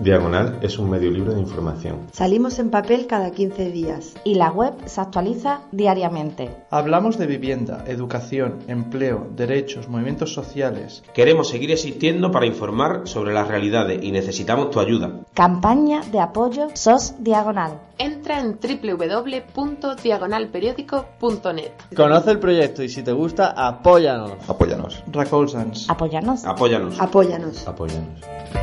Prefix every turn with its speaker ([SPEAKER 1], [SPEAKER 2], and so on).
[SPEAKER 1] Diagonal es un medio libre de información.
[SPEAKER 2] Salimos en papel cada 15 días.
[SPEAKER 3] y la web se actualiza diariamente.
[SPEAKER 4] Hablamos de vivienda, educación, empleo, derechos, movimientos sociales.
[SPEAKER 5] Queremos seguir existiendo para informar sobre las realidades y necesitamos tu ayuda.
[SPEAKER 3] Campaña de apoyo SOS Diagonal.
[SPEAKER 6] Entra en www.diagonalperiódico.net.
[SPEAKER 7] Conoce el proyecto y si te gusta, apóyanos.
[SPEAKER 8] Apóyanos.
[SPEAKER 4] Recolzans.
[SPEAKER 3] Apóyanos.
[SPEAKER 5] Apóyanos.
[SPEAKER 2] Apóyanos.
[SPEAKER 1] Apóyanos.